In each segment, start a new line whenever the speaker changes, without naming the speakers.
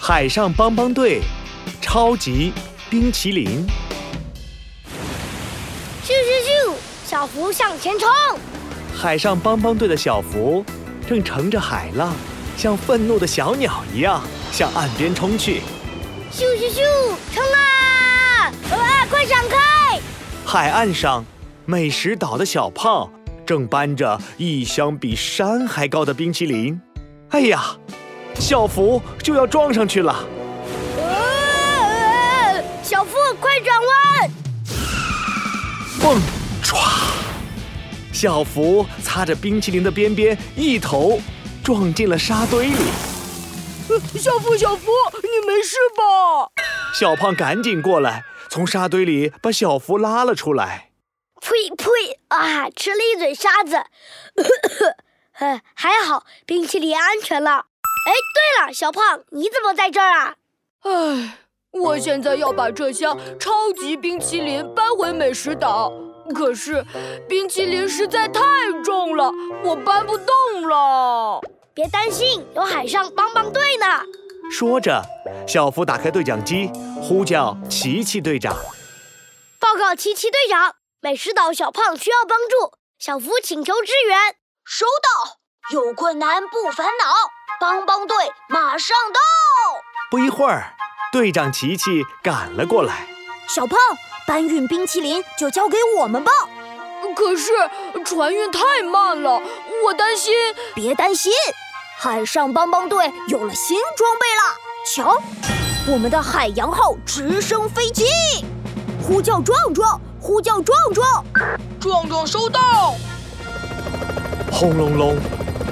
海上帮帮队，超级冰淇淋。
咻咻咻！小福向前冲！
海上帮帮队的小福正乘着海浪，像愤怒的小鸟一样向岸边冲去。
咻咻咻！冲啊！啊，快闪开！
海岸上，美食岛的小胖正搬着一箱比山还高的冰淇淋。哎呀，小福就要撞上去了！
啊！小福，快转弯！
蹦唰！小福擦着冰淇淋的边边，一头撞进了沙堆里。
小福，小福，你没事吧？
小胖赶紧过来，从沙堆里把小福拉了出来。
呸呸！啊，吃了一嘴沙子。呃，还好冰淇淋安全了。哎，对了，小胖，你怎么在这儿啊？
唉，我现在要把这箱超级冰淇淋搬回美食岛，可是冰淇淋实在太重了，我搬不动了。
别担心，有海上帮帮队呢。
说着，小福打开对讲机，呼叫琪琪队长。
报告奇奇队长，美食岛小胖需要帮助，小福请求支援。
收到，有困难不烦恼，帮帮队马上到。
不一会儿，队长琪琪赶了过来。
小胖，搬运冰淇淋就交给我们吧，
可是船运太慢了，我担心。
别担心，海上帮帮队有了新装备啦！瞧，我们的海洋号直升飞机，呼叫壮壮，呼叫壮壮，
壮壮收到。
轰隆隆，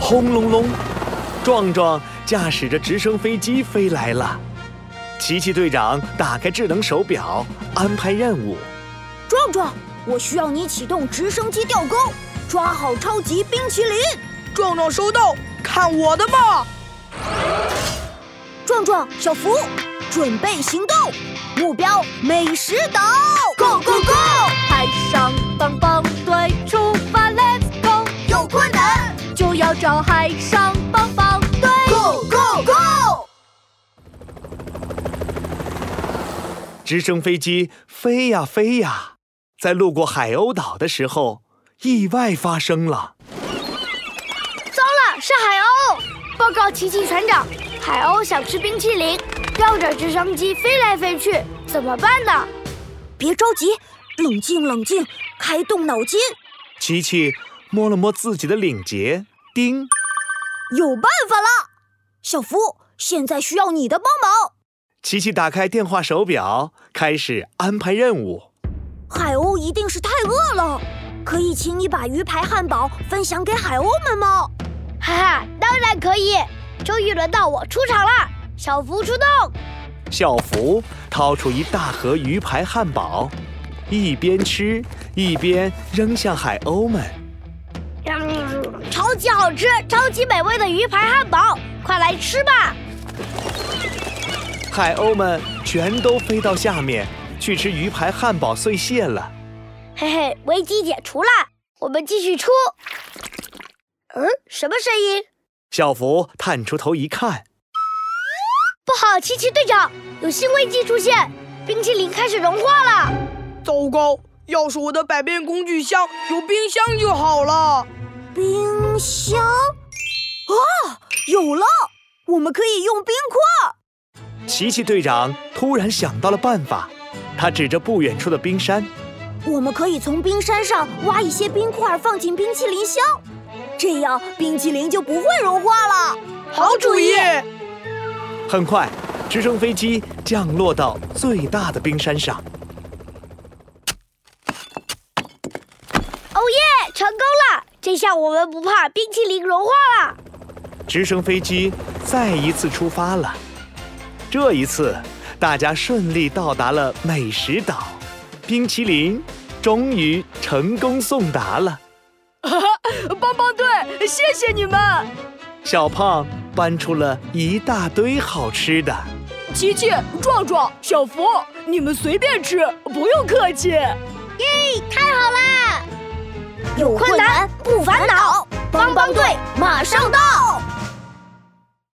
轰隆隆，壮壮驾驶着直升飞机飞来了。琪琪队长打开智能手表，安排任务。
壮壮，我需要你启动直升机吊钩，抓好超级冰淇淋。
壮壮收到，看我的吧！
壮壮、小福，准备行动，目标美食岛，Go Go Go！
海上帮帮队出发，Let's go！
有困难
就要找海上帮帮队。
，Go Go Go！
直升飞机飞呀飞呀，在路过海鸥岛的时候，意外发生了。
糟
啊
了，是海
哦
鸥！报告奇奇船长，海鸥想吃冰淇淋，绕着直升机飞来飞去，怎么办呢？
别着急，冷静冷静，开动脑筋，
琪琪摸了摸自己的领结，叮！
有办法啦！小福，现在需要你的帮忙。
琪琪打开电话手表，开始安排任务。
海鸥一定是太饿了，可以请你把鱼排汉堡分享给海鸥们吗？
哈哈，当然可以。终于轮到我出场了，小福出动！
小福掏出一大盒鱼排汉堡，一边吃一边扔向海鸥们。
超级好吃、超级美味的鱼排汉堡，快来吃吧！
海鸥们全都飞到下面去吃鱼排汉堡碎屑了。
嘿嘿，危机解除了，我们继续出。嗯，什么声音？
小福探出头一看，
不好，奇奇队长，有新危机出现，冰淇淋开始融化了。
糟糕，要是我的百变工具箱有冰箱就好 了。
冰箱啊，有了！我们可以用冰块。
琪琪队长突然想到了办法，他指着不远处的冰山，
我们可以从冰山上挖一些冰块放进冰淇淋箱，这样冰淇淋就不会融化了。哦
好主意！
很快，直升飞机降落到最大的冰山上。
哦耶，成功了！这下我们不怕冰淇淋融化了。
直升飞机再一次出发了。这一次，大家顺利到达了美食岛，冰淇淋终于成功送达了。
帮帮队，谢谢你们！
小胖搬出了一大堆好吃的。
琪琪、壮壮、小福，你们随便吃，不用客气。
太好啦！
有困
困难
难不烦恼，帮帮队马上到。